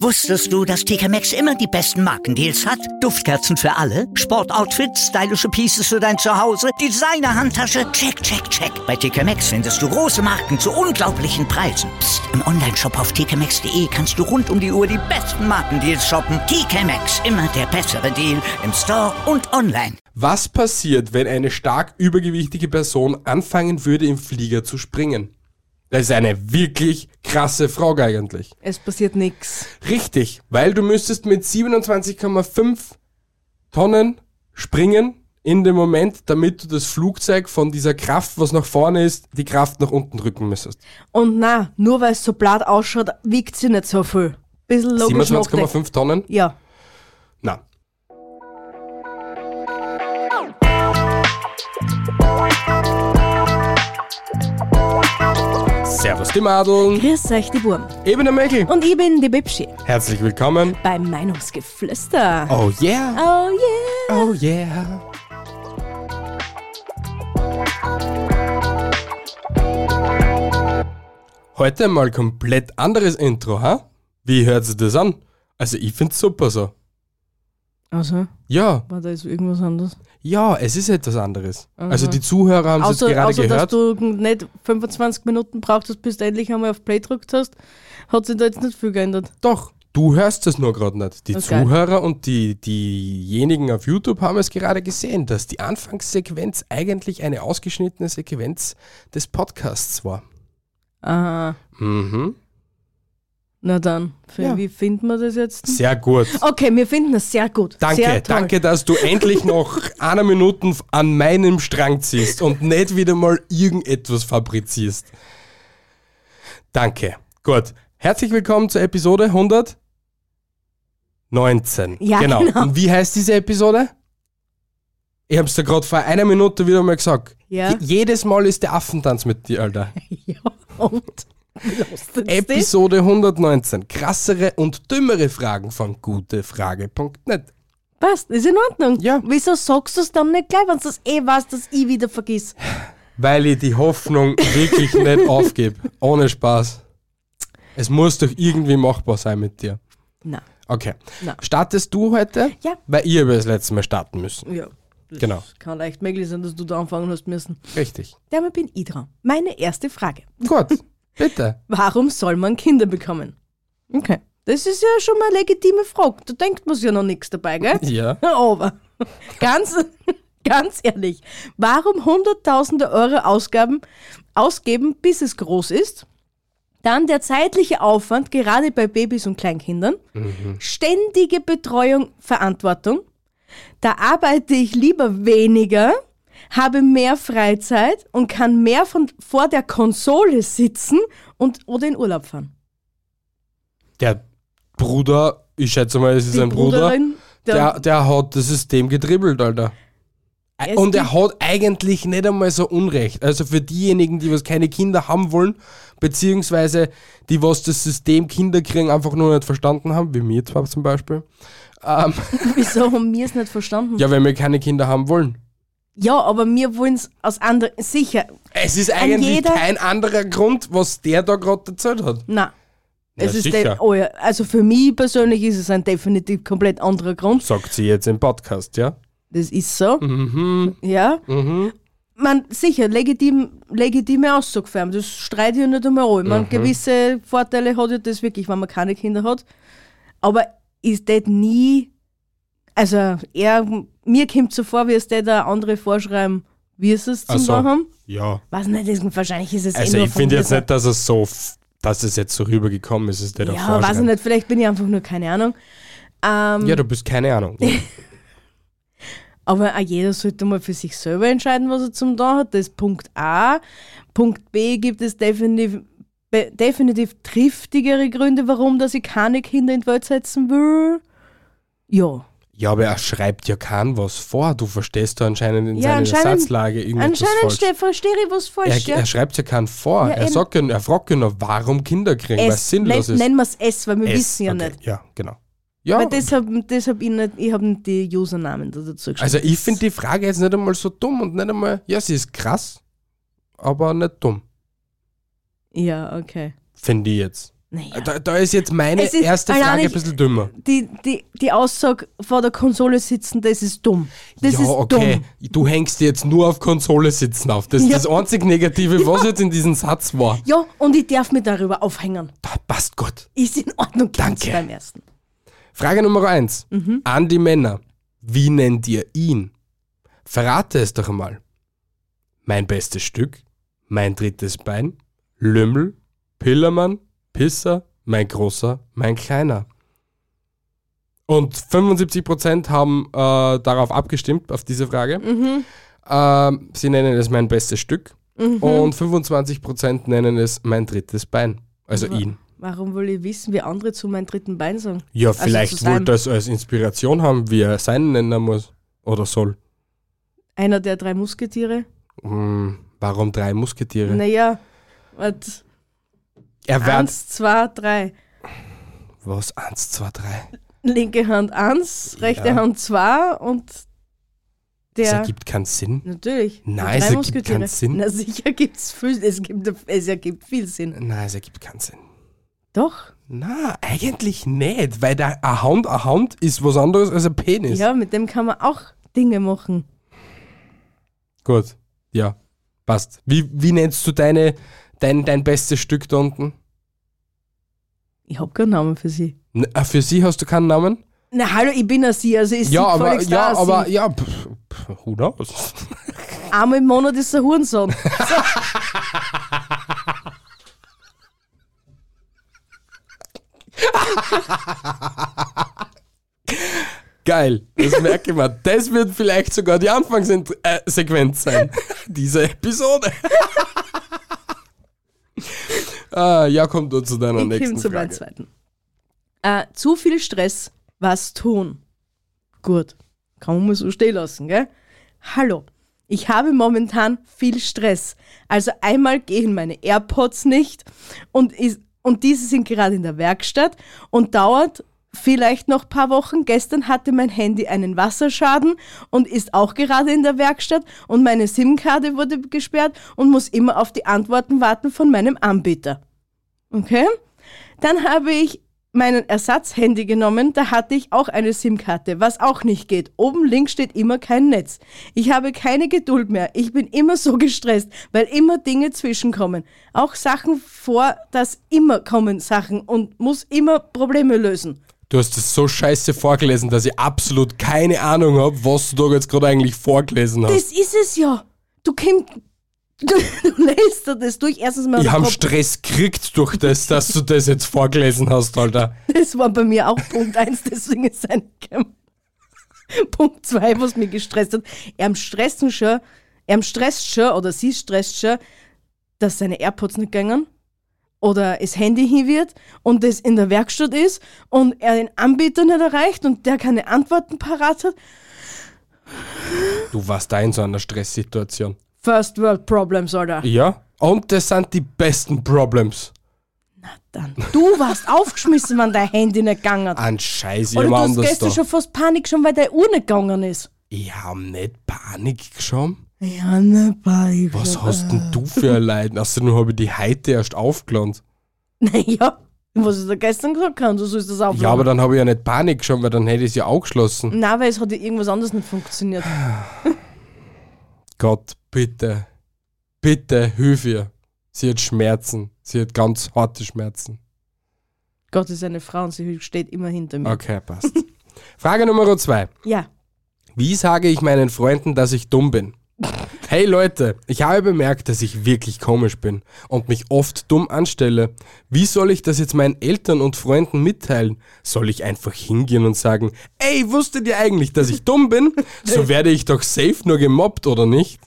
Wusstest du, dass TK Maxx immer die besten Markendeals hat? Duftkerzen für alle, Sportoutfits, stylische Pieces für dein Zuhause, Designer-Handtasche, check, check, check. Bei TK Maxx findest du große Marken zu unglaublichen Preisen. Psst. im Onlineshop auf tkmaxx.de kannst du rund um die Uhr die besten Markendeals shoppen. TK Maxx, immer der bessere Deal im Store und online. Was passiert, wenn eine stark übergewichtige Person anfangen würde, im Flieger zu springen? Das ist eine wirklich krasse Frage eigentlich. Es passiert nichts. Richtig, weil du müsstest mit 27,5 Tonnen springen in dem Moment, damit du das Flugzeug von dieser Kraft, was nach vorne ist, die Kraft nach unten drücken müsstest. Und na, nur weil es so blatt ausschaut, wiegt sie nicht so viel. Bisschen logisch nachdenken. 27,5 Tonnen? Ja. Na, Servus die Madeln, Grüß euch, die Wurm. eben der Mäkel. Und ich bin die Bibschi Herzlich willkommen. beim Meinungsgeflüster. Oh yeah, Oh yeah. oh yeah. Heute mal komplett anderes Intro, ha? Wie hört sich das an? Also ich find's super so. Also, Ja, war da jetzt irgendwas anderes? ja, es ist etwas anderes. Also die Zuhörer haben es jetzt Mhm. Außer, gerade außer dass gehört. du nicht 25 Minuten brauchtest, bis du endlich einmal auf Play gedrückt hast, hat sich da jetzt nicht viel geändert. Doch, du hörst es nur gerade nicht. Die Okay. Zuhörer und die, diejenigen auf YouTube haben es gerade gesehen, dass die Anfangssequenz eigentlich eine ausgeschnittene Sequenz des Podcasts war. Aha. Mhm. Na dann, für Ja. wie finden wir das jetzt? Sehr gut. Okay, wir finden es sehr gut. Danke, sehr toll. danke, dass du endlich noch einer Minute an meinem Strang ziehst und nicht wieder mal irgendetwas fabrizierst. Danke. Gut. Herzlich willkommen zur Episode 119. Ja, genau. Und wie heißt diese Episode? Ich hab's dir gerade vor einer Minute wieder mal gesagt. Ja. Je- Jedes Mal ist der Affentanz mit dir, Alter. Ja, und lasst uns das. Episode 119. Krassere und dümmere Fragen von gutefrage.net. Passt, ist in Ordnung. Ja. Wieso sagst du es dann nicht gleich, wenn du das eh weißt, dass ich wieder vergiss? Weil ich die Hoffnung wirklich nicht aufgebe. Ohne Spaß. Es muss doch irgendwie machbar sein mit dir. Na, Okay. Na. Startest du heute? Ja. Weil ihr über das letzte Mal starten müssen. ja. Das Genau. Kann leicht möglich sein, dass du da anfangen hast müssen. Richtig. Damit bin ich dran. Meine erste Frage. Gut. Bitte. Warum soll man Kinder bekommen? Okay. Das ist ja schon mal eine legitime Frage. Da denkt man sich ja noch nichts dabei, gell? Ja. Aber ganz, ganz ehrlich, warum Hunderttausende Euro Ausgaben ausgeben, bis es groß ist? Dann der zeitliche Aufwand, gerade bei Babys und Kleinkindern, ständige Betreuung, Verantwortung. Da arbeite ich lieber weniger, habe mehr Freizeit und kann mehr von, vor der Konsole sitzen und oder in Urlaub fahren. Der Bruder, ich schätze mal, es ist Die ein Bruder. Bruderin, der- Der, der hat das System gedribbelt, Alter. Es Und er gibt- hat eigentlich nicht einmal so Unrecht. Also für diejenigen, die was keine Kinder haben wollen, beziehungsweise die was das System Kinder kriegen einfach nur nicht verstanden haben, wie mir zwar zum Beispiel. Wieso haben wir es nicht verstanden? Ja, wenn wir keine Kinder haben wollen. Ja, aber wir wollen es aus anderen. Sicher, Es ist eigentlich jeder- kein anderer Grund, was der da gerade erzählt hat. na. Ja, Es ist sicher. de- oh ja, also für mich persönlich ist es ein definitiv komplett anderer Grund. Sagt sie jetzt im Podcast, ja? Das ist so. Hm. Mhm, Ja. Man, sicher, legitim, legitime Aussage für einen. Das streite ich nicht einmal an. Ich meine, Mhm. gewisse Vorteile hat ja das wirklich, wenn man keine Kinder hat. Aber ist das nie. Also, er, mir kommt so vor, wie es der da andere vorschreiben, wie es es Ach zu so. machen. Also, Ja. Weiß nicht, das- wahrscheinlich ist es eh Also nur ich finde jetzt von- nicht, dass es so, f- dass es jetzt so rübergekommen ist, ist der da Ja, weiß ich nicht, vielleicht bin ich einfach nur keine Ahnung. Ähm, Ja, du bist keine Ahnung. Aber auch jeder sollte mal für sich selber entscheiden, was er zum da hat. Das ist Punkt A. Punkt B gibt es definitiv, be- definitiv triftigere Gründe, warum dass ich keine Kinder in die Welt setzen will. Ja, Ja, aber er schreibt ja keinem was vor. Du verstehst da anscheinend in Ja, seiner anscheinend- Ersatzlage irgendwas anscheinend falsch. ste- verstehe ich was Er, falsch. ja. er schreibt ja keinen vor. Ja, er, eben. sagt ja, er fragt ja nur, warum Kinder kriegen, weil es S, sinnlos Nen- ist. nennen wir es S, weil wir Es, wissen ja okay, nicht. Ja, genau. Ja, Weil deshalb, deshalb ich, nicht, ich habe nicht die Usernamen da dazu geschrieben. also ich finde die Frage jetzt nicht einmal so dumm und nicht einmal, ja, sie ist krass, aber nicht dumm, Ja, okay. finde ich jetzt. Naja. Da, da ist jetzt meine Es ist erste allein Frage ein nicht- bisschen dümmer. Die, die, die Aussage vor der Konsole sitzen, das ist dumm. Das ja, ist okay. dumm. Du hängst jetzt nur auf Konsole sitzen auf. Das ist Ja. das einzig Negative, was jetzt in diesem Satz war. Ja, und ich darf mich darüber aufhängen. Da passt gut. Ist in Ordnung, ganz Danke. beim ersten. Frage Nummer eins An die Männer. Wie nennt ihr ihn? Verrate es doch einmal. Mein bestes Stück, mein drittes Bein, Lümmel, Pillermann, Pisser, mein großer, mein kleiner. Und 75% haben äh, darauf abgestimmt, auf diese Frage. Ähm, sie nennen es mein bestes Stück und 25% nennen es mein drittes Bein. Also ihn. Warum will ich wissen, wie andere zu meinem dritten Bein sagen? Ja, Also vielleicht wollte zu seinem- wollte er es als Inspiration haben, wie er seinen nennen muss oder soll. Einer der drei Musketiere? Hm, warum drei Musketiere? Naja, was? Er wird Eins, zwei, drei. was eins, zwei, drei. Linke Hand eins, rechte Ja. Hand zwei und Das der. ergibt keinen Sinn. Natürlich. die Nein, es drei ergibt Musketiere. keinen Sinn. Na sicher gibt's viel, es gibt es ergibt viel Sinn. Nein, es ergibt keinen Sinn. Doch. Na, eigentlich nicht, weil der ein Hound, ein Hound ist was anderes als ein Penis. Ja, mit dem kann man auch Dinge machen. Gut, ja, passt. Wie, wie nennst du deine, dein, dein bestes Stück da unten? Ich hab keinen Namen für sie. N- ah, Für sie hast du keinen Namen? Na hallo, ich bin ja sie, also ist ja, sie aber, gefälligst ja, auch aber, sie. ja, pff, pff, who knows? Einmal im Monat ist er Hurensohn. Geil, das merke ich mir. Das wird vielleicht sogar die Anfangssequenz sein, dieser Episode. ah, ja, komm du zu deiner ich nächsten komme zu meinem Frage. zweiten. Äh, zu viel Stress, was tun? Gut, kann man mal so stehen lassen, gell? Hallo, ich habe momentan viel Stress. Also einmal gehen meine AirPods nicht und, is- und diese sind gerade in der Werkstatt und dauert vielleicht noch ein paar Wochen. Gestern hatte mein Handy einen Wasserschaden und ist auch gerade in der Werkstatt und meine SIM-Karte wurde gesperrt und muss immer auf die Antworten warten von meinem Anbieter. Okay? Dann habe ich meinen Ersatzhandy genommen, da hatte ich auch eine SIM-Karte, was auch nicht geht. Oben links steht immer kein Netz. Ich habe keine Geduld mehr. Ich bin immer so gestresst, weil immer Dinge zwischenkommen. Auch Sachen vor, dass immer kommen Sachen und muss immer Probleme lösen. Du hast das so scheiße vorgelesen, dass ich absolut keine Ahnung habe, was du da jetzt gerade eigentlich vorgelesen hast. Das ist es ja. Du kommst, du, du lässt dir das durch. Erstens mal, ich habe Stress gekriegt durch das, dass du das jetzt vorgelesen hast, Alter. das war bei mir auch Punkt eins, deswegen ist es ein Punkt zwei, was mich gestresst hat. Er stressen schon, er stresst schon oder sie stresst schon, dass seine AirPods nicht gängen oder das Handy hin wird und das in der Werkstatt ist und er den Anbieter nicht erreicht und der keine Antworten parat hat. Du warst da in so einer Stresssituation. First World Problems, Alter. Ja, und das sind die besten Problems. Dann. Du warst aufgeschmissen, wenn dein Handy nicht gegangen hat. An Scheiße, Oder du jemand hast anders gestern da. schon fast Panik schon, weil deine Uhr nicht gegangen ist. Ich habe nicht Panik geschoben. Ja, ne, Panik. Was hast denn du für ein Leiden? Außerdem habe ich die heute erst aufgeladen. Naja, was ich da gestern gesagt habe, so ist das auch. Ja, aber dann habe ich ja nicht Panik schon, weil dann hätte ich es ja auch geschlossen. Nein, weil es hat ja irgendwas anderes nicht funktioniert. Gott, bitte. Bitte, hilf ihr. Sie hat Schmerzen. Sie hat ganz harte Schmerzen. Gott ist eine Frau und sie steht immer hinter mir. Okay, passt. Frage Nummer zwei. Ja, Wie sage ich meinen Freunden, dass ich dumm bin? Hey Leute, ich habe bemerkt, dass ich wirklich komisch bin und mich oft dumm anstelle. Wie soll ich das jetzt meinen Eltern und Freunden mitteilen? Soll ich einfach hingehen und sagen, ey, wusstet ihr eigentlich, dass ich dumm bin? So werde ich doch safe nur gemobbt, oder nicht?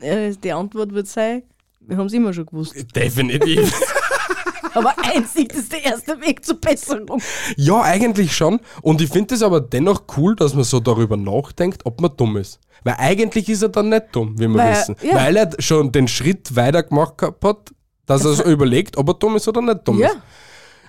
äh, die Antwort wird sein, wir haben es immer schon gewusst. Definitiv. Aber Einsicht ist der erste Weg zur Besserung. Ja, eigentlich schon. Und ich finde es aber dennoch cool, dass man so darüber nachdenkt, ob man dumm ist. Weil eigentlich ist er dann nicht dumm, wie wir Weil- wissen. ja. Weil er schon den Schritt weiter gemacht gehabt hat, dass er so überlegt, ob er dumm ist oder nicht dumm Ja, ist.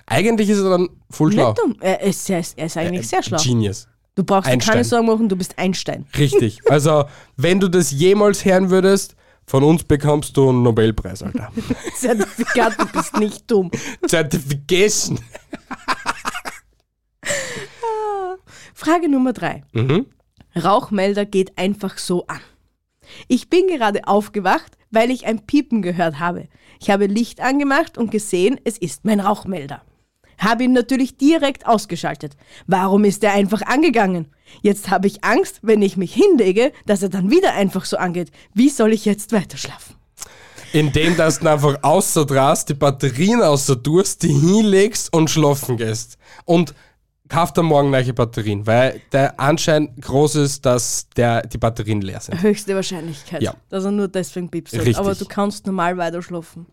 Eigentlich ist er dann voll schlau. nicht dumm. Er ist, er ist, er ist eigentlich sehr schlau. Genius. Du brauchst dir Einstein. keine Sorgen machen, du bist Einstein. Richtig. Also, wenn du das jemals hören würdest, Von uns bekommst du einen Nobelpreis, Alter. Zertifikat, du bist nicht dumm. Zertification. Frage Nummer drei. Mhm. Rauchmelder geht einfach so an. Ich bin gerade aufgewacht, weil ich ein Piepen gehört habe. Ich habe Licht angemacht und gesehen, es ist mein Rauchmelder. Habe ihn natürlich direkt ausgeschaltet. Warum ist er einfach angegangen? Jetzt habe ich Angst, wenn ich mich hinlege, dass er dann wieder einfach so angeht. Wie soll ich jetzt weiterschlafen? Indem dass du ihn einfach außerdrast, die Batterien außerdurst, die hinlegst und schlafen gehst. Und kauf dann morgen neue Batterien, weil der Anschein groß ist, dass der, die Batterien leer sind. Höchste Wahrscheinlichkeit, Ja. dass er nur deswegen piepst. Richtig. Aber du kannst normal weiterschlafen.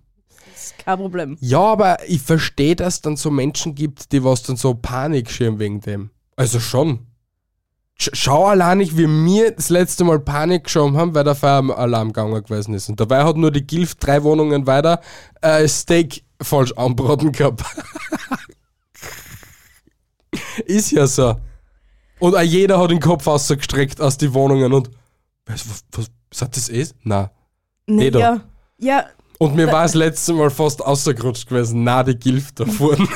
Das ist kein Problem. Ja, aber ich verstehe, dass es dann so Menschen gibt, die was dann so Panik schirmen wegen dem. Also schon. Sch schau allein nicht, wie wir das letzte Mal Panik geschoben haben, weil der Feueralarm gegangen gewesen ist. Und dabei hat nur die Gilf drei Wohnungen weiter äh, Steak falsch anbraten gehabt. ist ja so. Und auch jeder hat den Kopf ausgestreckt aus die Wohnungen und was, was, was sagt das eh? Nein. Nee, Eh doch. ja, ja, Und mir war das letzte Mal fast ausgerutscht gewesen. Na, die Gilf da vorne.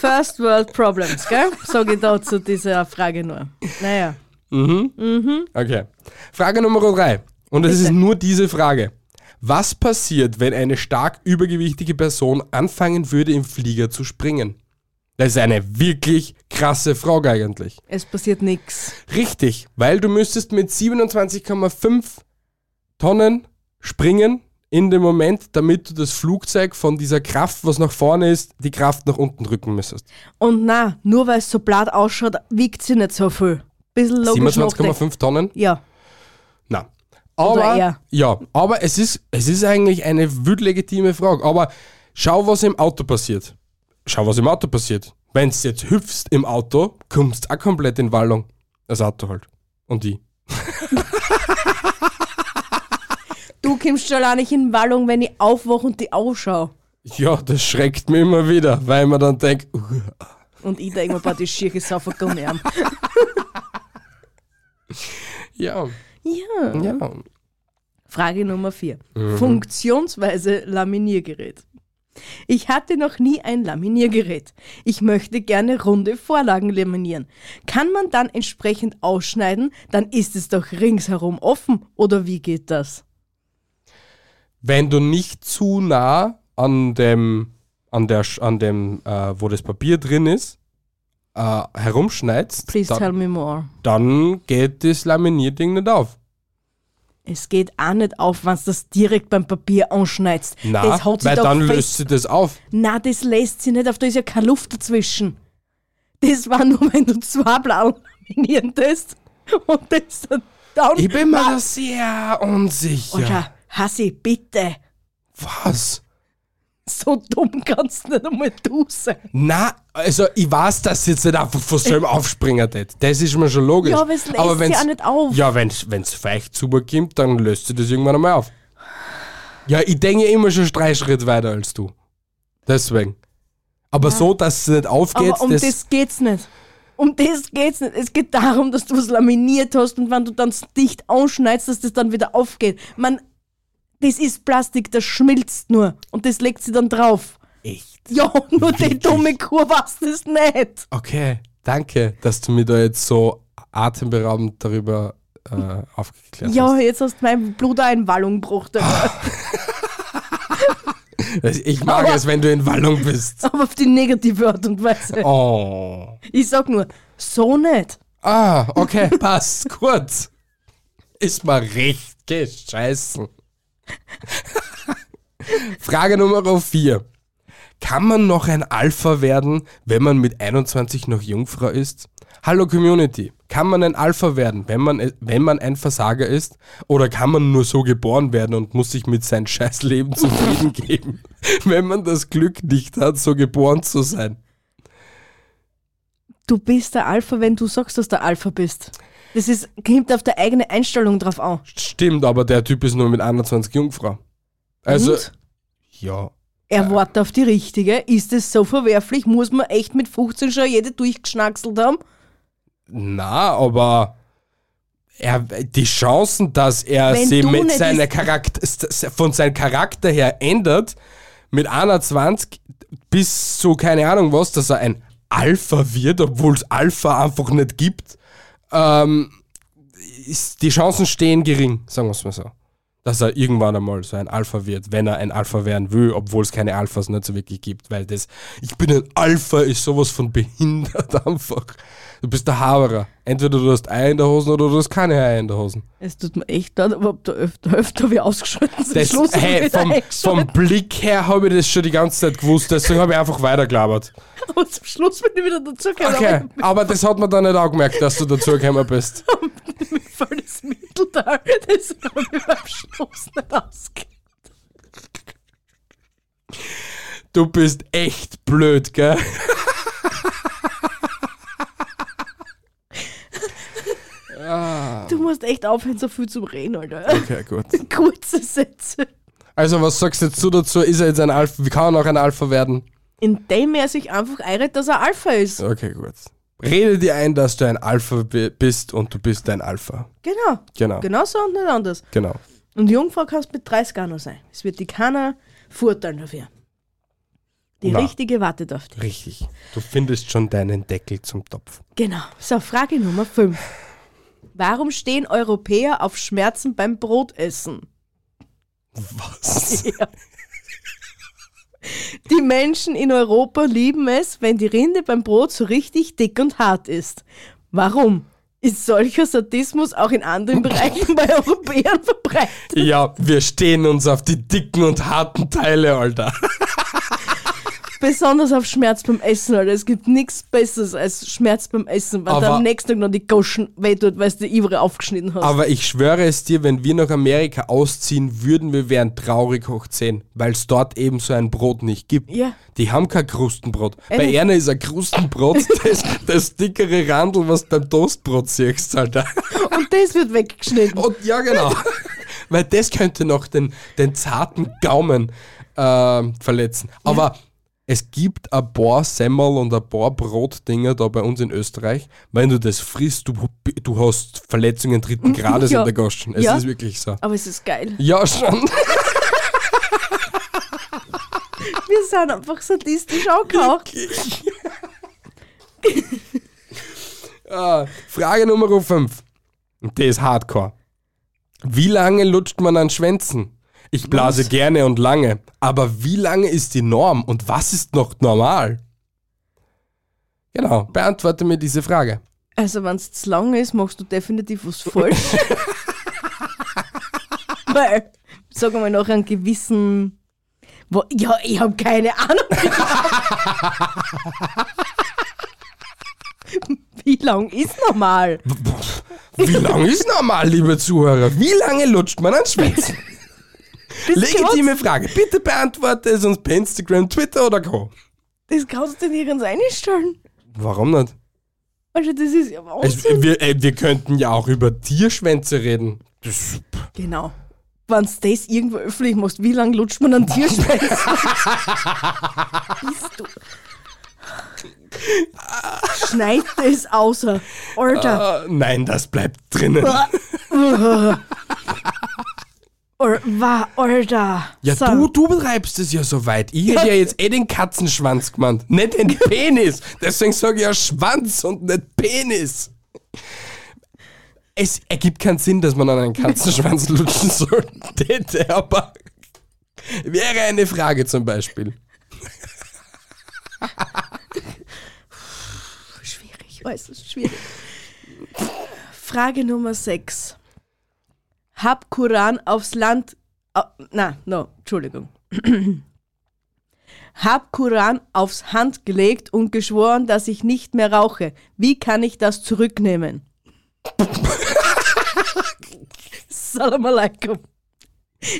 First World Problems, gell? Sag ich da zu dieser Frage nur. Naja, Okay. Frage Nummer drei. Und es ist nur diese Frage. Was passiert, wenn eine stark übergewichtige Person anfangen würde, im Flieger zu springen? Das ist eine wirklich krasse Frage eigentlich. es passiert nichts. Richtig, weil du müsstest mit 27,5 Tonnen springen in dem Moment, damit du das Flugzeug von dieser Kraft, was nach vorne ist, die Kraft nach unten drücken müsstest. Und na, nur weil es so blatt ausschaut, wiegt sie nicht so viel. Bisschen logisch nachdenken. 27,5 Tonnen? Ja, Na. Oder Aber, eher. ja, aber es ist, es ist eigentlich eine wild legitime Frage. Aber schau, was im Auto passiert. Schau, was im Auto passiert. Wenn du jetzt hüpfst im Auto, kommst du auch komplett in Wallung. Das Auto halt. Und ich. du kommst schon allein nicht in Wallung, wenn ich aufwache und die aufschau. Ja, das schreckt mich immer wieder, weil man dann denkt, uh, Und ich denke mir, boah, die Schirche ist auf Ja, ja, ja. ja. Frage Nummer 4. Mhm. Funktionsweise Laminiergerät. Ich hatte noch nie ein Laminiergerät. Ich möchte gerne runde Vorlagen laminieren. Kann man dann entsprechend ausschneiden, dann ist es doch ringsherum offen. Oder wie geht das? Wenn du nicht zu nah an dem, an der, Sch- an dem, äh, wo das Papier drin ist, äh, herumschneidst, Please dann, tell me more. dann geht das Laminierding nicht auf. Es geht auch nicht auf, wenn du das direkt beim Papier anschneidest. Na, das hat sich weil doch dann fest- löst sie das auf. Na, das lässt sich nicht auf, da ist ja keine Luft dazwischen. Das war nur, wenn du zwei blau laminieren tust und das dann down. Ich bin mir da sehr unsicher. Alter, Hassi, bitte. Was? So dumm kannst du nicht einmal du sein. Na, also ich weiß, dass sie jetzt nicht einfach von selber aufspringen tät. Das ist mir schon logisch. Äh. Ja, aber es lässt sie wenn's- auch nicht auf. Ja, wenn es feucht zubekommt, dann löst sie das irgendwann einmal auf. Ja, ich denke immer schon drei Schritte weiter als du. Deswegen. Aber so, dass es nicht aufgeht, Aber um das, das, geht's nicht. Um das geht's nicht. Es geht darum, dass du was laminiert hast und wenn du dann dicht ausschneidest, dass das dann wieder aufgeht. Man, das ist Plastik, das schmilzt nur und das legt sie dann drauf. Echt? Ja, nur die dumme Kur was das nicht. Okay, danke, dass du mir da jetzt so atemberaubend darüber äh, aufgeklärt hast. Ja, jetzt hast du mein Blut auch in Wallung gebracht. Alter. Also Ich mag es, wenn du in Wallung bist. Aber auf die negative Art und Weise. Oh. Ich sag nur, so nicht. Ah, okay, passt. Gut. Ist mal richtig scheiße. Frage Nummer 4. Kann man noch ein Alpha werden, wenn man mit 21 noch Jungfrau ist? Hallo Community, kann man ein Alpha werden, wenn man, wenn man ein Versager ist? Oder kann man nur so geboren werden und muss sich mit seinem scheiß Leben zufrieden geben, wenn man das Glück nicht hat, so geboren zu sein? Du bist der Alpha, wenn du sagst, dass du der Alpha bist. Das ist, kommt auf deine eigene Einstellung drauf an. Stimmt, aber der Typ ist nur mit 21 Jungfrau. Also, äh, Und ja. er wartet auf die richtige. Ist es so verwerflich? Muss man echt mit 15 schon jede durchgeschnackselt haben? Na, aber er, die Chancen, dass er Wenn sie du mit nicht seiner ist- Charakter, von seinem Charakter her ändert, mit 21 bis zu keine Ahnung was, dass er ein Alpha wird, obwohl es Alpha einfach nicht gibt, ähm, ist, die Chancen stehen gering, sagen wir es mal so. Dass er irgendwann einmal so ein Alpha wird, wenn er ein Alpha werden will, obwohl es keine Alphas nicht so wirklich gibt, weil das, ich bin ein Alpha, ist sowas von behindert einfach. Du bist der Haberer. Entweder du hast Eier in der Hosen oder du hast keine Eier in der Hosen. Es tut mir echt leid, aber ob da öfter, öfter wie ausgeschritten sind, Das, Schluss hey, wieder vom, vom eingeschaltet. Blick her habe ich das schon die ganze Zeit gewusst, deswegen habe ich einfach weitergelabert. Aber zum Schluss bin ich wieder dazugekommen. Okay, Okay. aber das hat man dann nicht angemerkt, dass du dazugekommen bist. Mir fällt das Mittelteil, das habe ich beim Schluss nicht ausgegeben. Du bist echt blöd, gell? Du musst echt aufhören, so viel zu reden, Alter. Okay, gut. Kurze Sätze. Also, was sagst du jetzt zu dazu? Ist er jetzt ein Alpha? Wie kann er noch ein Alpha werden? Indem er sich einfach eiret, dass er Alpha ist. Okay, gut. Rede dir ein, dass du ein Alpha bi- bist und du bist ein Alpha. Genau. Genau. Genau so und nicht anders. Genau. Und Jungfrau kannst mit 30 auch noch sein. Es wird die keiner verurteilen dafür. Die Na. richtige wartet auf dich. Richtig. Du findest schon deinen Deckel zum Topf. Genau. So, Frage Nummer 5. Warum stehen Europäer auf Schmerzen beim Brotessen? Was? Die Menschen in Europa lieben es, wenn die Rinde beim Brot so richtig dick und hart ist. Warum? Ist solcher Sadismus auch in anderen Bereichen bei Europäern verbreitet? Ja, wir stehen uns auf die dicken und harten Teile, Alter. Besonders auf Schmerz beim Essen, Alter. Es gibt nichts Besseres als Schmerz beim Essen, weil Aber- du am nächsten Tag noch die Goschen wehtut, weil du die Ivre aufgeschnitten hast. Aber ich schwöre es dir, wenn wir nach Amerika ausziehen würden, wir wären traurig hoch 10, weil es dort eben so ein Brot nicht gibt. Ja. Die haben kein Krustenbrot. Bei Ehrlich? Erne ist ein Krustenbrot das, das dickere Randl, was du beim Toastbrot siehst, Alter. Und das wird weggeschnitten. Und ja, genau. Weil das könnte noch den, den zarten Gaumen ähm, verletzen. Aber es gibt ein paar Semmel und ein paar Brotdinger da bei uns in Österreich. Wenn du das frisst, du, du hast Verletzungen dritten Grades Ja. in der Goschen. Es Ja. ist wirklich so. Aber es ist geil. Ja, schon. Wir sind einfach sadistisch angehaucht. Ah, Frage Nummer 5. Und die ist hardcore. Wie lange lutscht man an Schwänzen? Ich blase gerne und lange. Aber wie lange ist die Norm und was ist noch normal? Genau, beantworte mir diese Frage. Also, wenn es zu lang ist, machst du definitiv was falsch. Weil, sagen wir mal, nach einem gewissen. Wo, ja, ich habe keine Ahnung. Wie lang ist normal? Wie lange ist normal, liebe Zuhörer? Wie lange lutscht man an Schwänzen? Das Legitime Frage. Bitte beantworte es uns per Instagram, Twitter oder Co. Das kannst du nirgends einstellen. Warum nicht? Also, das ist ja Es, Wahnsinn. wir, äh, wir könnten ja auch über Tierschwänze reden. Das genau. Wenn du das irgendwo öffentlich machst, wie lange lutscht man an Tierschwänzen? Bist du. Schneid das außer. Alter. Ah, nein, das bleibt drinnen. Or, wa, Alter. Ja, So. du, du betreibst es ja soweit. Ich hätte ja jetzt eh den Katzenschwanz gemeint, nicht den Penis. Deswegen sage ich ja Schwanz und nicht Penis. Es ergibt keinen Sinn, dass man an einen Katzenschwanz lutschen sollte, aber wäre eine Frage zum Beispiel. Schwierig, äußerst schwierig. Frage Nummer 6. Hab Koran aufs Land. au- na, no, Entschuldigung. Hab Koran aufs Hand gelegt und geschworen, dass ich nicht mehr rauche. Wie kann ich das zurücknehmen? Salam alaikum.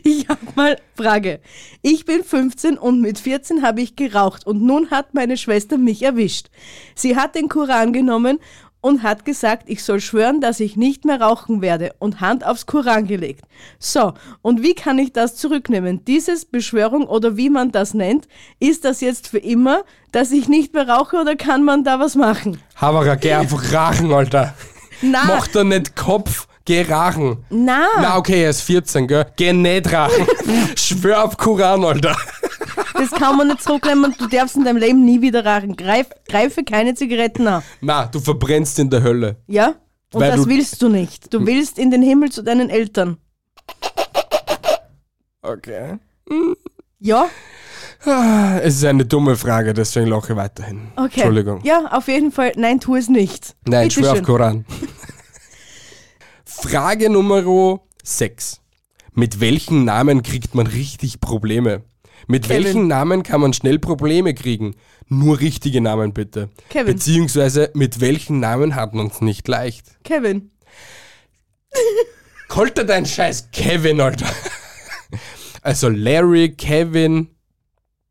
Ich habe mal Frage. Ich bin 15 und mit 14 habe ich geraucht und nun hat meine Schwester mich erwischt. Sie hat den Koran genommen und hat gesagt, ich soll schwören, dass ich nicht mehr rauchen werde und Hand aufs Koran gelegt. So, und wie kann ich das zurücknehmen? Dieses Beschwörung oder wie man das nennt, ist das jetzt für immer, dass ich nicht mehr rauche oder kann man da was machen? Haberer, geh einfach rachen, Alter. Na, Mach da nicht Kopf, Gerachen. Na, Na, okay, er ist 14, gell? Genedrachen. Schwör auf Kuran, Alter. das kann man nicht zurücknehmen. Du darfst in deinem Leben nie wieder rauchen. Greif, greife keine Zigaretten an. Na, du verbrennst in der Hölle. Ja? Und Weil das du- willst du nicht. Du willst in den Himmel zu deinen Eltern. Okay. Ja? Es ist eine dumme Frage, deswegen lache ich weiterhin. Okay. Entschuldigung. Ja, auf jeden Fall. Nein, tu es nicht. Nein, Bitte schwör auf schön. Koran. Frage Nummer 6. Mit welchen Namen kriegt man richtig Probleme? Mit Kevin. welchen Namen kann man schnell Probleme kriegen? Nur richtige Namen bitte. Kevin. Beziehungsweise mit welchen Namen hat man es nicht leicht? Kevin. Kolter dein Scheiß Kevin, Alter. Also Larry, Kevin,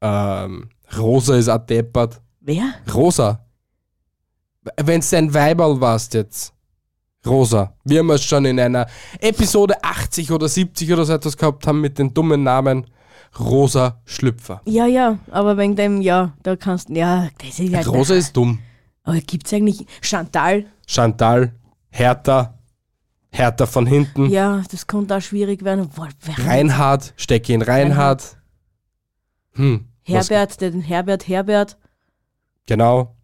ähm, Rosa ist auch deppert. Wer? Rosa. Wenn's dein Weiberl warst jetzt. Rosa. Wir haben es schon in einer Episode 80 oder 70 oder so etwas gehabt haben mit den dummen Namen Rosa Schlüpfer. Ja, ja, aber wegen dem, ja, da kannst du, ja, das ist ja. Rosa ist dumm. Aber gibt's eigentlich Chantal? Chantal, Hertha, Hertha von hinten, Ja, das konnte auch schwierig werden. Boah, wer- Reinhard, Stecki in Reinhard. Hm, was- Herbert, den Herbert, Herbert. genau.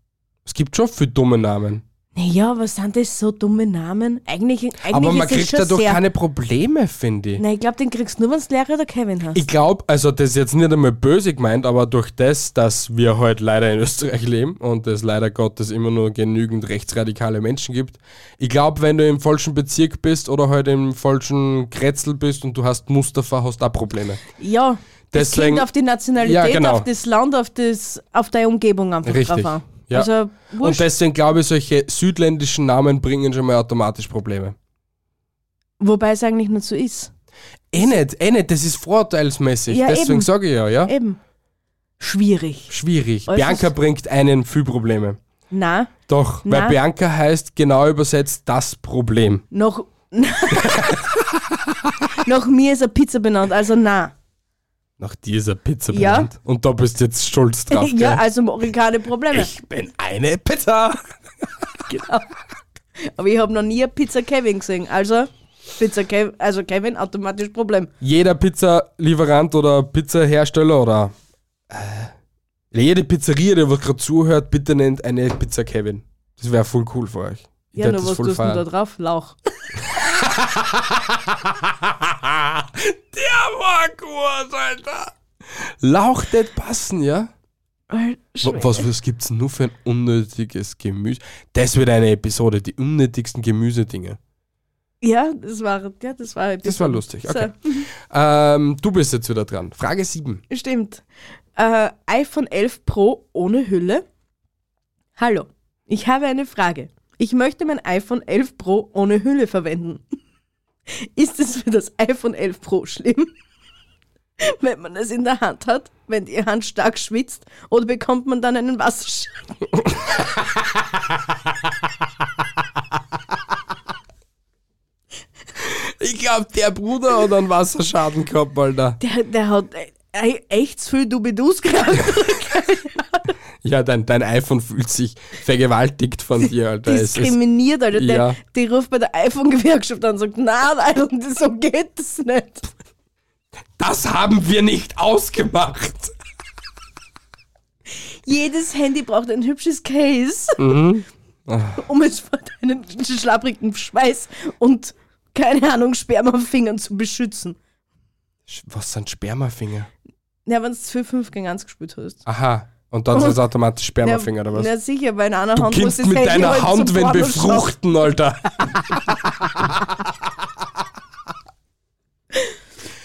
Es gibt schon viele dumme Namen. Naja, was sind das so dumme Namen? Eigentlich, eigentlich Aber man ist es kriegt schon dadurch sehr. keine Probleme, finde ich. Nein, ich glaube, den kriegst du nur, wenn du Lehrer oder Kevin hast. Ich glaube, also das ist jetzt nicht einmal böse gemeint, aber durch das, dass wir heute leider in Österreich leben und es leider Gottes immer nur genügend rechtsradikale Menschen gibt, ich glaube, wenn du im falschen Bezirk bist oder heute im falschen Kretzel bist und du hast Mustafa, hast du auch Probleme. ja, das deswegen- kommt auf die Nationalität, Ja, genau. auf das Land, auf, das, auf deine Umgebung einfach Richtig, drauf an. ja. Also, Und wurscht, deswegen glaube ich, solche südländischen Namen bringen schon mal automatisch Probleme. wobei es eigentlich nicht so ist. Eh nicht, eh nicht, das ist vorurteilsmäßig. Ja, eben. deswegen sage ich ja, ja. Eben. Schwierig. Schwierig. Äußerst- Bianca bringt einen viel Probleme. Na, Doch, Na. weil Bianca heißt genau übersetzt das Problem. noch. nach mir ist eine Pizza benannt, also na. Nach dieser Pizza Ja. benannt. Und da bist du jetzt stolz drauf. ja, gell? also mache ich keine Probleme. ich bin eine Pizza. Aber ich habe noch nie eine Pizza Kevin gesehen. Also, Pizza Kevin, also Kevin, automatisch Problem. Jeder Pizzalieferant oder Pizzahersteller oder äh, jede Pizzeria, die was gerade zuhört, bitte nennt eine Pizza Kevin. Das wäre voll cool für euch. Ich Ja, tät nur das was voll tust du denn da feiern. drauf? Lauch. Der war gut, Alter. Lauch nicht passen, ja? Wa- Was, was gibt's denn nur für ein unnötiges Gemüse? Das wird eine Episode, die unnötigsten Gemüsedinge. Ja, das war, ja, das war ein Das war lustig, okay. Ähm, du bist jetzt wieder dran. Frage 7. So, stimmt. Äh, iPhone 11 Pro ohne Hülle. Hallo, ich habe eine Frage. Ich möchte mein iPhone 11 Pro ohne Hülle verwenden. Ist es für das iPhone 11 Pro schlimm, wenn man es in der Hand hat, wenn die Hand stark schwitzt oder bekommt man dann einen Wasserschaden? Ich glaube, der Bruder hat einen Wasserschaden gehabt, Alter. Der, der hat e- e- echt zu viel Dubidus gehabt. Ja, dein, dein iPhone fühlt sich vergewaltigt von dir, Alter. Es ist, Diskriminiert, Alter. Der, ja. Die ruft bei der iPhone-Gewerkschaft an und sagt, nein, nein, das- so geht das nicht. das haben wir nicht ausgemacht. Jedes Handy braucht ein hübsches Case, Hm. Mhm. um es vor deinen schlapprigen Schweiß und, keine Ahnung, Spermafingern zu beschützen. Sch- Was sind Spermafinger? Ja, wenn du es für fünf gegen eins gespielt hast. Aha. Und dann sind es automatisch Spermafinger, oder was? Ja, sicher, weil in einer Hand Kind muss das mit Handy deiner halt Hand, zum wenn Porno schauen. befruchten, Alter.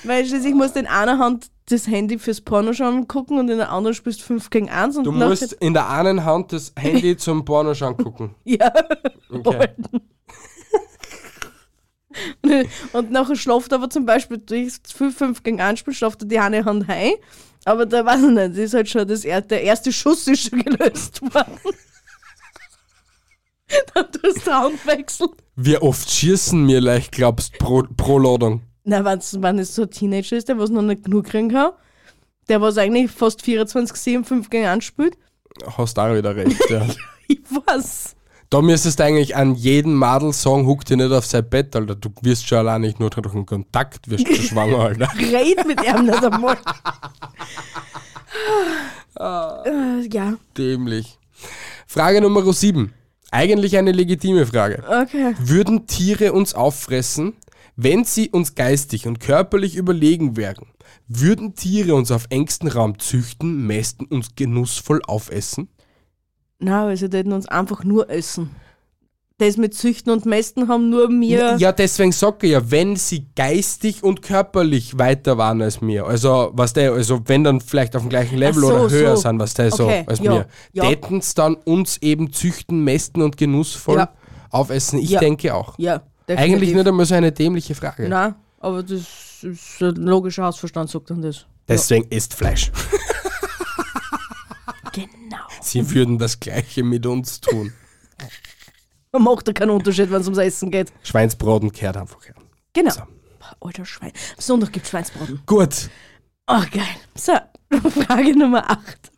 Weil schließlich musst du in einer Hand das Handy fürs Porno schauen gucken und in der anderen spielst du 5 gegen 1 und Du nachher- musst in der einen Hand das Handy zum Pornoschauen gucken. ja. Okay. Und nachher schlaft aber zum Beispiel durch 5 gegen 1 Spiel schlaft er die eine Hand ein. Aber da weiß ich nicht, das ist halt schon das, er- der erste Schuss ist schon gelöst worden. Dann tust du Hand wechseln. Wie oft schießen mir leicht, glaubst pro, pro Ladung? Nein, wenn's- wenn es so ein Teenager ist, der was noch nicht genug kriegen kann, der was eigentlich fast 24-7 5 gegen 1 spielt, Hast auch wieder recht, ja. ich weiß. Da müsstest du eigentlich an jeden Madel sagen, huck dich nicht auf sein Bett, Alter. Du wirst schon allein nicht nur durch den Kontakt, wirst du schwanger, Alter. Red mit ihm nicht einmal. Äh, ja, Dämlich. Frage Nummer 7. Eigentlich eine legitime Frage. okay. Würden Tiere uns auffressen, wenn sie uns geistig und körperlich überlegen wären? Würden Tiere uns auf engstem Raum züchten, mästen uns genussvoll aufessen? Na, weil sie täten uns einfach nur essen. Das mit Züchten und Mästen haben nur mir. Ja, deswegen sag ich ja, wenn sie geistig und körperlich weiter waren als mir, also was der, also wenn dann vielleicht auf dem gleichen Level Ach so, oder höher so. sind, was der so Okay, als ja, mir, ja. täten's dann uns eben züchten, mästen und genussvoll Ja. aufessen? Ich Ja. denke auch. Ja, definitiv. Eigentlich nicht einmal so eine dämliche Frage. Nein, aber das ist ein logischer Hausverstand, sagt dann das. Deswegen isst Fleisch. Genau. Sie würden das Gleiche mit uns tun. Man macht da keinen Unterschied, wenn es ums Essen geht. Schweinsbraten kehrt einfach her. Genau. Boah, Alter Schwein. Am Sonntag gibt Schweinsbraten. Gut. Oh, geil. So, Frage Nummer 8.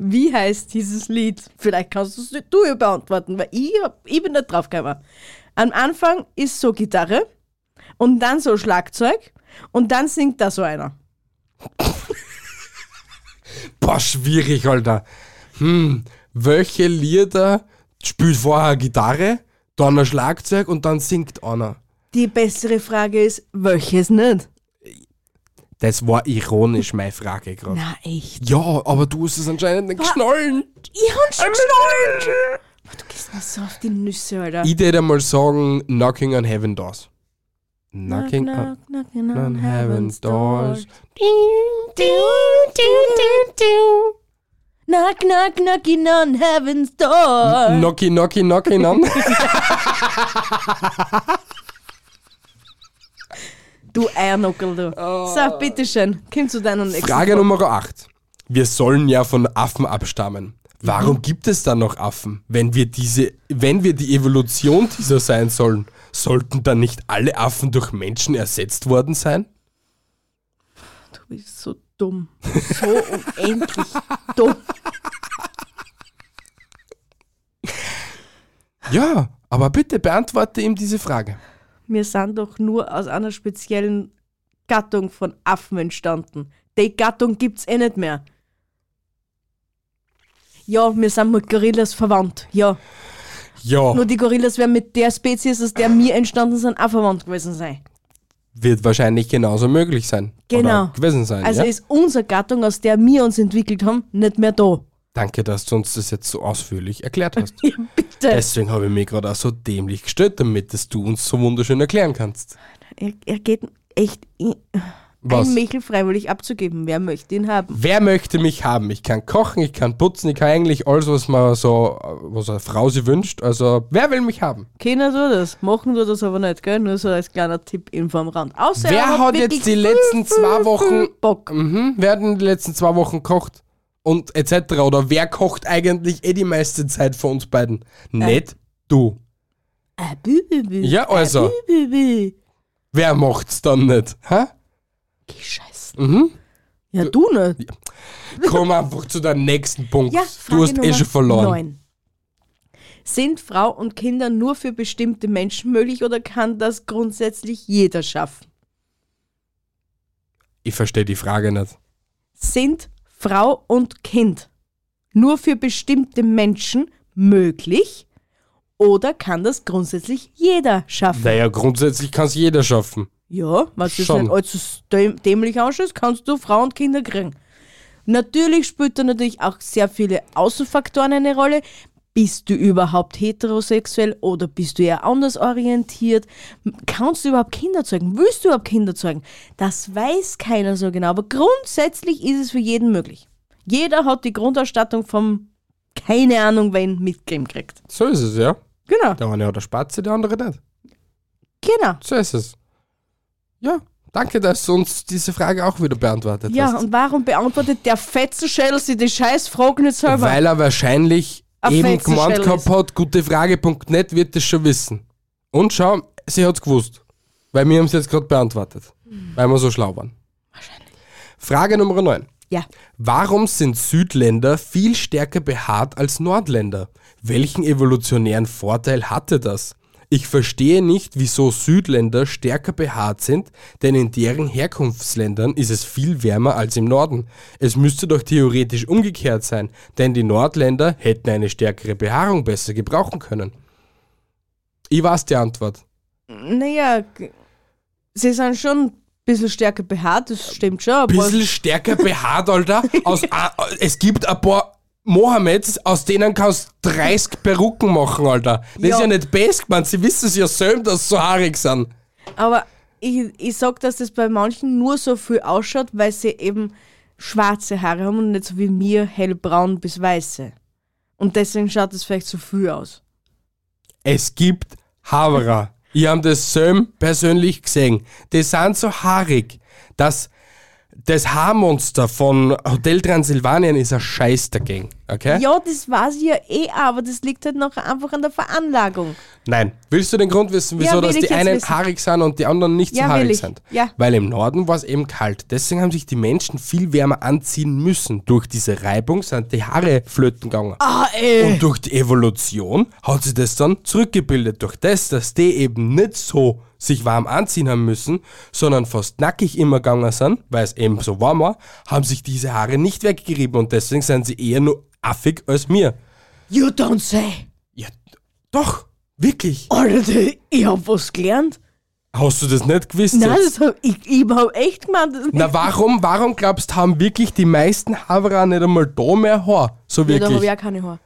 Wie heißt dieses Lied? Vielleicht kannst du's nicht du ihr beantworten, weil ich, hab- ich bin nicht draufgekommen. Am Anfang ist so Gitarre und dann so Schlagzeug und dann singt da so einer. Boah, schwierig, Alter. Hm, welche Lieder spielt vorher eine Gitarre, dann ein Schlagzeug und dann singt einer? Die bessere Frage ist, welches nicht? Das war ironisch, meine Frage gerade. Na echt. Ja, aber du hast es anscheinend nicht geschnallt. Ich hab schon Geschnallt! Du gehst mir so auf die Nüsse, Alter. Ich würde mal sagen, Knocking on Heaven Doors. Knocking on knocking on Heaven's Doors. Knock, knock, knocking on heaven's door. Knocky, knocky, knocking on. Du Eiernuckel, du. So, bitteschön. Komm zu deiner nächsten Frage Nummer 8. Wir sollen ja von Affen abstammen. Warum gibt es dann noch Affen? Wenn wir diese, wenn wir die Evolution dieser sein sollen, sollten dann nicht alle Affen durch Menschen ersetzt worden sein? Du bist so dumm. So unendlich dumm. Ja, aber bitte beantworte ihm diese Frage. Wir sind doch nur aus einer speziellen Gattung von Affen entstanden. Die Gattung gibt's eh nicht mehr. Ja, wir sind mit Gorillas verwandt. Ja. Ja, Nur die Gorillas werden mit der Spezies, aus der wir entstanden sind, auch verwandt gewesen sein. wird wahrscheinlich genauso möglich sein. Genau. Oder gewesen sein. Also ja? ist unsere Gattung, aus der wir uns entwickelt haben, nicht mehr da. Danke, dass du uns das jetzt so ausführlich erklärt hast. Bitte. Deswegen habe ich mich gerade auch so dämlich gestellt, damit dass du uns so wunderschön erklären kannst. er, er geht echt in, Was? ein Michel freiwillig abzugeben. Wer möchte ihn haben? Wer möchte mich haben? Ich kann kochen, ich kann putzen, ich kann eigentlich alles, was man so, was eine Frau sie wünscht. Also, wer will mich haben? Keiner tut das. Machen tut das aber nicht, gell? Nur so als kleiner Tipp in vom Rand. Außer Wer er hat, wirklich jetzt die letzten zwei Wochen, Bock. mhm, wer hat in den letzten zwei Wochen gekocht? Und etc. Oder wer kocht eigentlich eh die meiste Zeit von uns beiden? Nicht du. Ah, bü, bü, bü. Ja, also, Bü, bü, bü. wer macht's dann nicht? Hä? Geh scheiße. Mhm. Ja, du nicht. Komm einfach zu deinem nächsten Punkt. Ja, du Frage hast eh Nummer schon verloren. neun. Sind Frau und Kinder nur für bestimmte Menschen möglich oder kann das grundsätzlich jeder schaffen? Ich verstehe die Frage nicht. sind Frau und Kind nur für bestimmte Menschen möglich oder kann das grundsätzlich jeder schaffen? Naja, grundsätzlich kann es jeder schaffen. Ja, wenn du das Schon. nicht allzu däm- dämlich ausschaust, kannst du Frau und Kinder kriegen. Natürlich spielt da natürlich auch sehr viele Außenfaktoren eine Rolle. Bist du überhaupt heterosexuell oder bist du eher anders orientiert? Kannst du überhaupt Kinder zeugen? Willst du überhaupt Kinder zeugen? Das weiß keiner so genau, aber grundsätzlich ist es für jeden möglich. Jeder hat die Grundausstattung vom keine Ahnung wen mitgegeben kriegt. So ist es, ja. Genau, Der eine hat eine Spatze, der andere nicht. genau. So ist es. Ja, danke, dass du uns diese Frage auch wieder beantwortet Ja, hast. und warum beantwortet der Fetzenschädel sich die scheiß Fragen nicht selber? Weil er wahrscheinlich Ein eben Fetzenschädel gemeint ist. gehabt hat, gutefrage.net wird das schon wissen. Und schau, sie hat es gewusst. Hm. Weil wir haben es jetzt gerade beantwortet. Weil wir so schlau waren. Wahrscheinlich. Frage Nummer 9. Ja. Warum sind Südländer viel stärker behaart als Nordländer? Welchen evolutionären Vorteil hatte das? Ich verstehe nicht, wieso Südländer stärker behaart sind, denn in deren Herkunftsländern ist es viel wärmer als im Norden. Es müsste doch theoretisch umgekehrt sein, denn die Nordländer hätten eine stärkere Behaarung besser gebrauchen können. Ich weiß die Antwort. Naja, g- sie sind schon ein bisschen stärker behaart, das stimmt schon. Aber Bisschen stärker behaart, Alter. Aus, a- es gibt ein paar Mohammeds, aus denen kannst du 30 Perucken machen, Alter. Das Ja. ist ja nicht best, man. Sie wissen es ja selbst, dass sie so haarig sind. aber ich, ich sag, dass das bei manchen nur so viel ausschaut, weil sie eben schwarze Haare haben und nicht so wie mir hellbraun bis weiße. Und deswegen schaut es vielleicht so viel aus. Es gibt Haverer. Ich habe das Söm persönlich gesehen. Die sind so haarig, dass das Haarmonster von Hotel Transsilvanien ist ein Scheiß dagegen. Okay? Ja, das weiß ich ja eh, aber das liegt halt noch einfach an der Veranlagung. Nein. Willst du den Grund wissen, Ja, wieso will dass ich die jetzt einen wissen. haarig sind und die anderen nicht Ja, so will haarig ich. sind? Ja. Weil im Norden war es eben kalt. Deswegen haben sich die Menschen viel wärmer anziehen müssen. Durch diese Reibung sind die Haare flöten gegangen. Ah, ey. Und durch die Evolution hat sich das dann zurückgebildet. Durch das, dass die eben nicht so sich warm anziehen haben müssen, sondern fast nackig immer gegangen sind, weil es eben so warm war, haben sich diese Haare nicht weggerieben und deswegen sind sie eher nur affig als mir. You don't say. Ja, doch, wirklich. Alter, ich hab was gelernt. Hast du das nicht gewusst? Nein, jetzt? das hab ich, ich hab echt gemeint. Das Na, warum, warum glaubst haben wirklich die meisten Haverer nicht einmal da mehr Haar? So ja, da hab wirklich. ich Ja, auch keine Haare.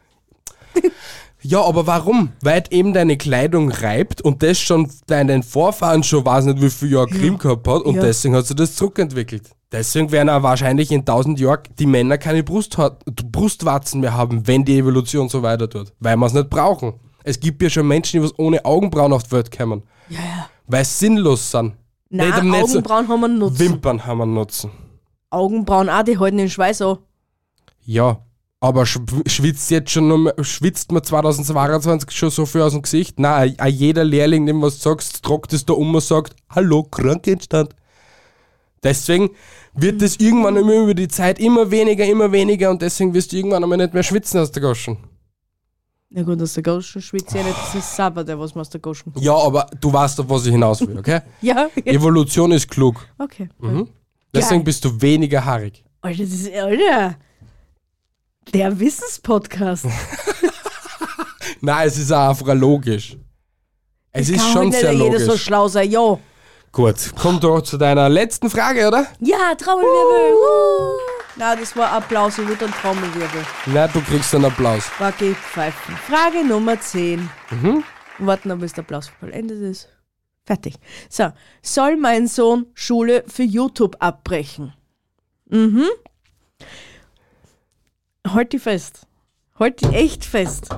aber warum? Weil eben deine Kleidung reibt und das schon deinen Vorfahren schon weiß nicht, wie viel Jahr Krim gehabt hat und Ja. deswegen hat sie das zurückentwickelt. Deswegen werden auch wahrscheinlich in 1000 Jahren die Männer keine Brusthaar- Brustwarzen mehr haben, wenn die Evolution so weiter tut. Weil wir es nicht brauchen. Es gibt ja schon Menschen, die was ohne Augenbrauen auf die Welt kommen. Ja, ja. Weil sie sinnlos sind. Nicht am Nein, Netz- Augenbrauen haben wir einen Nutzen. Wimpern haben wir einen Nutzen. Augenbrauen auch, die halten den Schweiß an. Ja, aber schw- schwitzt jetzt schon um, schwitzt man 2022 schon so viel aus dem Gesicht? Nein, a- a jeder Lehrling, dem was du sagst, trockt es da um und sagt, hallo, Krankenstand. Deswegen wird Mhm. das irgendwann immer über die Zeit immer weniger, immer weniger und deswegen wirst du irgendwann einmal nicht mehr schwitzen aus der Goschen. Na gut, aus der Goschen schwitze ich nicht, das ist sauber, der was man aus der Goschen. Ja, aber du weißt, auf was ich hinaus will, okay? Ja, Evolution ist klug. okay. Deswegen Geil. bist du weniger haarig. Alter, das ist, Alter. Der Wissenspodcast. Nein, es ist auch einfach logisch. Es ist Kann schon halt nicht sehr jeder logisch. so schlau sein, ja. Gut, komm doch zu deiner letzten Frage, oder? Ja, Trommelwirbel. Uh. Na, das war Applaus, ich würde einen Trommelwirbel. Na, du kriegst einen Applaus. War gepfeifen. Frage Nummer 10. Warten, noch, bis der Applaus vollendet ist. Fertig. So, soll mein Sohn Schule für YouTube abbrechen? Mhm. Halt die fest. Halt die echt fest.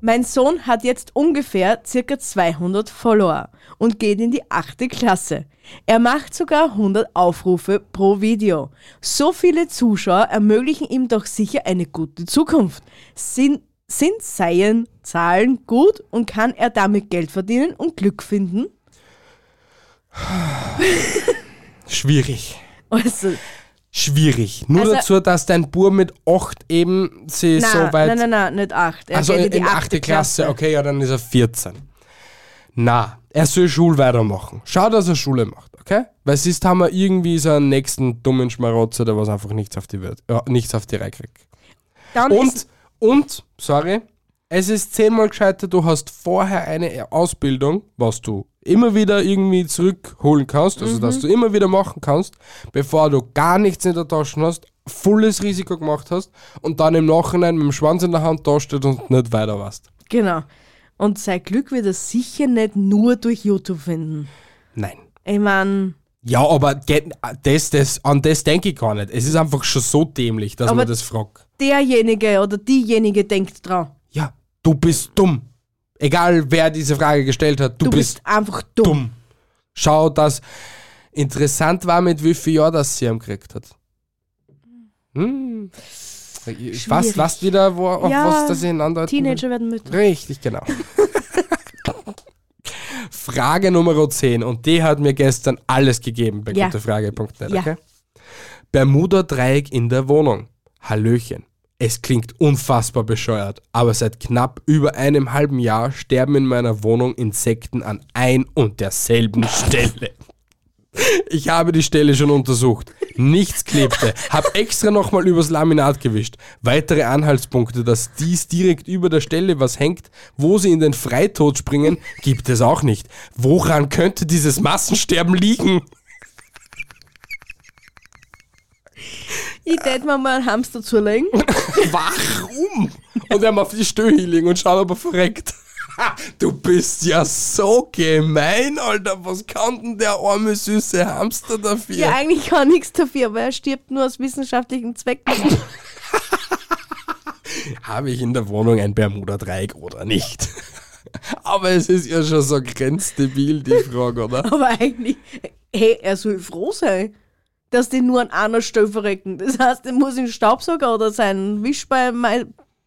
Mein Sohn hat jetzt ungefähr circa 200 Follower und geht in die achte Klasse. Er macht sogar 100 Aufrufe pro Video. So viele Zuschauer ermöglichen ihm doch sicher eine gute Zukunft. Sind, sind seien Zahlen gut und kann er damit Geld verdienen und Glück finden? Schwierig. Also, Schwierig. Nur Also- dazu, dass dein Bub mit 8 eben sie nein, so weit. nein, nein, nein, nicht acht. Er also geht in, in die in achte achte Klasse. Klasse. okay, ja, dann ist er 14. Na, er soll Schule weitermachen. Schau, dass er Schule macht, okay? Weil sonst haben wir irgendwie so einen nächsten dummen Schmarotzer, der was einfach nichts auf die, Welt, ja, nichts auf die Reihe kriegt. Dann ist, Und, und, sorry, es ist zehnmal gescheiter, du hast vorher eine Ausbildung, was du immer wieder irgendwie zurückholen kannst, also dass du immer wieder machen kannst, bevor du gar nichts in der Tasche hast, volles Risiko gemacht hast und dann im Nachhinein mit dem Schwanz in der Hand dasteht und nicht weiter warst. genau. Und sein Glück wird er sicher nicht nur durch YouTube finden. Nein. Ich meine, Ja, aber ge- das, das, an das denke ich gar nicht. Es ist einfach schon so dämlich, dass Aber- man das fragt. derjenige oder diejenige denkt dran. Ja, du bist dumm. Egal, wer diese Frage gestellt hat, du, Du bist bist, einfach dumm. dumm. Schau, dass interessant war, mit wie viel Jahr das sie ihm gekriegt hat. Hm. Was, Schwierig. was wieder, wo, auf Ja, was das ich hinandeuten Teenager werden Mütter. will? Richtig, genau. Frage Nummer 10 und die hat mir gestern alles gegeben bei Ja. gutefrage.net, Ja. okay? Bermuda-Dreieck in der Wohnung. Hallöchen. Es klingt unfassbar bescheuert, aber seit knapp über einem halben Jahr sterben in meiner Wohnung Insekten an ein und derselben Stelle. Ich habe die Stelle schon untersucht. Nichts klebte. Hab extra nochmal übers Laminat gewischt. Weitere Anhaltspunkte, dass dies direkt über der Stelle was hängt, wo sie in den Freitod springen, gibt es auch nicht. Woran könnte dieses Massensterben liegen? Ich tät mir mal einen Hamster zulegen. Warum? Und er macht die Stöhhealing und schaut, ob er verreckt. Ha, Du bist ja so gemein, Alter. Was kann denn der arme, süße Hamster dafür? Ja, eigentlich kann nichts dafür, weil er stirbt nur aus wissenschaftlichen Zwecken. Habe ich in der Wohnung ein Bermuda-Dreieck oder nicht? Aber es ist ja schon so grenzdebil, die Frage, oder? Aber eigentlich, hey, er soll froh sein, dass die nur an einer Stelle verrecken. Das heißt, er muss den Staubsauger oder seinen Wischbeutel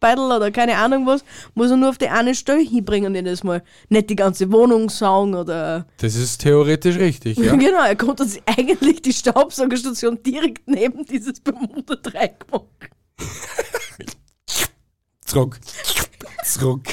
oder keine Ahnung was, muss er nur auf die eine Stelle hinbringen jedes Mal. Nicht die ganze Wohnung saugen oder... Das ist theoretisch richtig, ja. Genau, er konnte sich eigentlich die Staubsaugerstation direkt neben dieses Bermuda-Dreieck machen. Zurück. Zurück.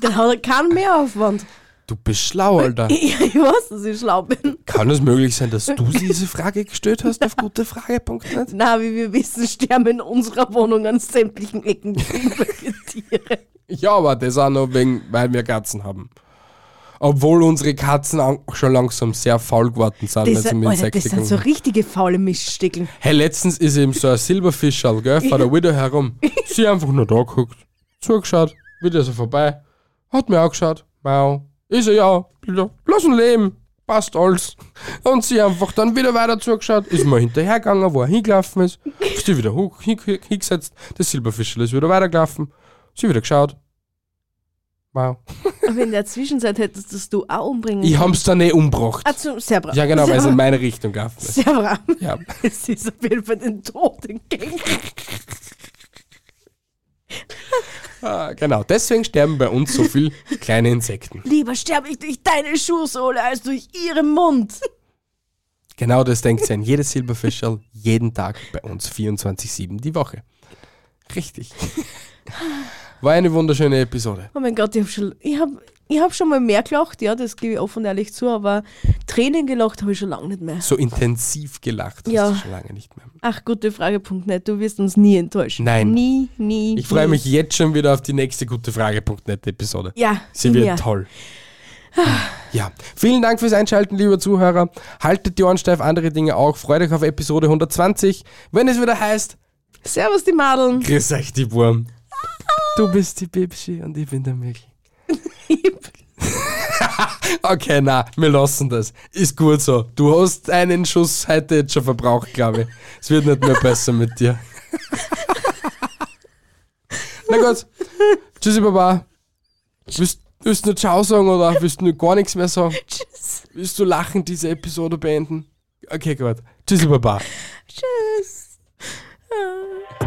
Dann hat er keinen Mehraufwand. Du bist schlau, Alter. Ich, ich weiß, dass ich schlau bin. Kann es möglich sein, dass du diese Frage gestellt hast auf gutefrage.net? Na, wie wir wissen, sterben in unserer Wohnung an sämtlichen Ecken irgendwelche Tiere. Ja, aber das auch nur wegen, weil wir Katzen haben. Obwohl unsere Katzen auch schon langsam sehr faul geworden sind, Das, wenn sie sind- mit Alter, das Insekten sind so gegangen richtige faule Miststickel. Hey, letztens ist eben so ein Silberfischerl, gell, vor der Widow herum. Sie einfach nur da geguckt, zugeschaut, wieder so vorbei, hat mir angeschaut, mau. Ich so, ja, ja, lass ihn leben, passt alles. Und sie einfach dann wieder weiter zugeschaut, ist mal hinterhergegangen, wo er hingelaufen ist, ist sie wieder hoch, hin, hin- hingesetzt, das Silberfischerl ist wieder weitergelaufen, sie wieder geschaut, wow. Aber in der Zwischenzeit hättest du's du auch umbringen Ich hab's dann eh umgebracht. Ah, zum Server. Ja, genau, weil es in Server. meine Richtung gelaufen ist. Server. Ja. Es ist auf jeden Fall den Tod entgegen. Ah, Genau, deswegen sterben bei uns so viel kleine Insekten. Lieber sterbe ich durch deine Schuhsohle als durch ihren Mund. Genau das denkt sich an jedes Silberfischerl jeden Tag bei uns 24-7 die Woche. Richtig. War eine wunderschöne Episode. Oh mein Gott, ich habe schon, ich hab, ich hab schon mal mehr gelacht, ja, das gebe ich offen und ehrlich zu, aber Tränen gelacht habe ich schon lange nicht mehr. So intensiv gelacht hast Ja. du schon lange nicht mehr. Ach, gute Frage.net, du wirst uns nie enttäuschen. Nein. Nie, nie. Ich freue nie. mich jetzt schon wieder auf die nächste gute Frage.net Episode. Ja, Sie wird ja. toll. Ja, vielen Dank fürs Einschalten, liebe Zuhörer. Haltet die Ohren steif, andere Dinge auch. Freut euch auf Episode 120, wenn es wieder heißt Servus, die Madeln. Grüß euch, die Wurm. Ah. Du bist die Bibschi und ich bin der Michel. Okay, na, wir lassen das. Ist gut so. Du hast einen Schuss heute jetzt schon verbraucht, glaube ich. Es wird nicht mehr besser mit dir. Na gut. Tschüssi, Baba. Willst, willst du nur Ciao sagen oder willst du nur gar nichts mehr sagen? Tschüss. Willst du lachend diese Episode beenden? Okay, gut. Tschüssi, Baba. Tschüss. Ah.